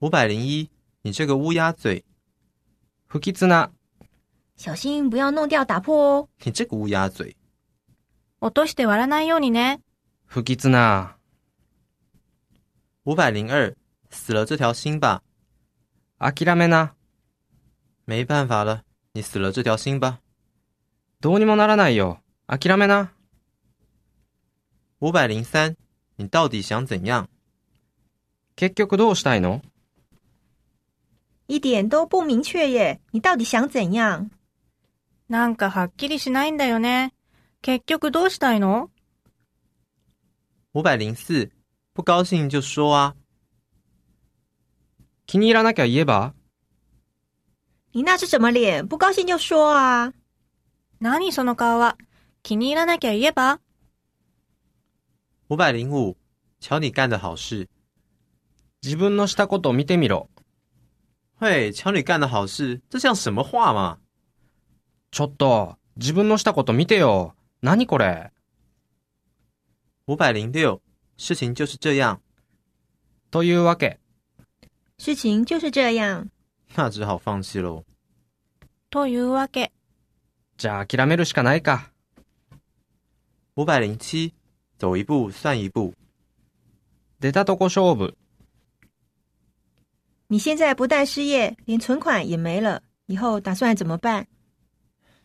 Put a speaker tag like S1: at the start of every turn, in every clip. S1: 五百零一，你这个乌鸦嘴！不吉兹娜，
S2: 小心不要弄掉打破哦。
S1: 你这个乌鸦嘴！
S2: 落として割らないようにね。
S1: 不吉兹娜。五百零二，死了这条心吧！
S3: 諦めな。
S1: 没办法了，你死了这条心吧！
S3: どうにもならないよ。諦めな。
S1: 五百零三，你到底想怎样？
S3: 結局どうしたいの
S4: 一点都不明确耶！你到底想怎样？
S5: なんかはっきりしないんだよね。結局どうしたいの
S1: 五百零四，不高兴就说啊！
S3: 気に入らなきゃ言えば
S4: 你那是什么脸？不高兴就说啊！
S5: 何その顔は。気に入らなきゃ言えば
S1: 五百零五，瞧你干的好事！
S3: 自分のしたことを見てみろ。
S1: 嘿，瞧你干的好事，这像什么话嘛？
S3: ちょっと、自分のしたこと見てよ。何これ
S1: 五百零六，事情就是这样，
S3: というわけ。
S4: 事情就是这样。
S1: 那只好放弃喽。
S5: というわけ。
S3: じゃあ諦めるしかないか。
S1: 五百零七，走一步算一步。
S3: 出たとこ勝負。
S4: 你现在不但失业，连存款也没了，以后打算怎么办？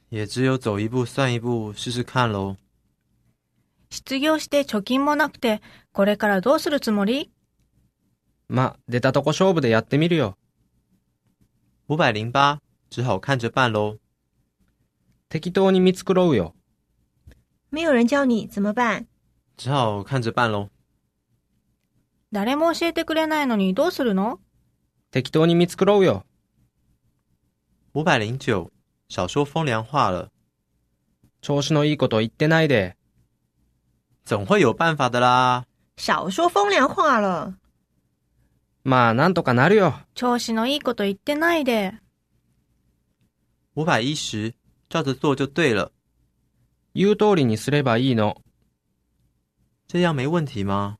S1: 也只有走一步算一步，试试看喽。
S5: 失業して貯金もなくて、これからどうするつもり
S3: ま、出たとこ勝負でやってみるよ。
S1: 五百零八，只好看着办喽。
S3: 適当に見繕うよ。
S4: 没有人教你怎么办？
S1: 只好看着办喽。
S5: 誰も教えてくれないのにどうするの
S3: 適当に見繕うよ。
S1: 五百零九，少说风凉话了，
S3: 調子のいいこと言ってないで。
S1: 总会有办法的啦。
S4: 少说风凉话了。
S3: まあ、なんとかなるよ。
S5: 調子のいいこと言ってないで。
S1: 五百一十，照着做就对了，
S3: 言う通りにすればいいの。
S1: 这样没问题吗？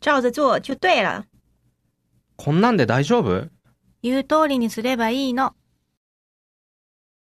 S4: 照着做就对了。
S3: こんなんで大丈夫
S5: 言う通りにすればいいの。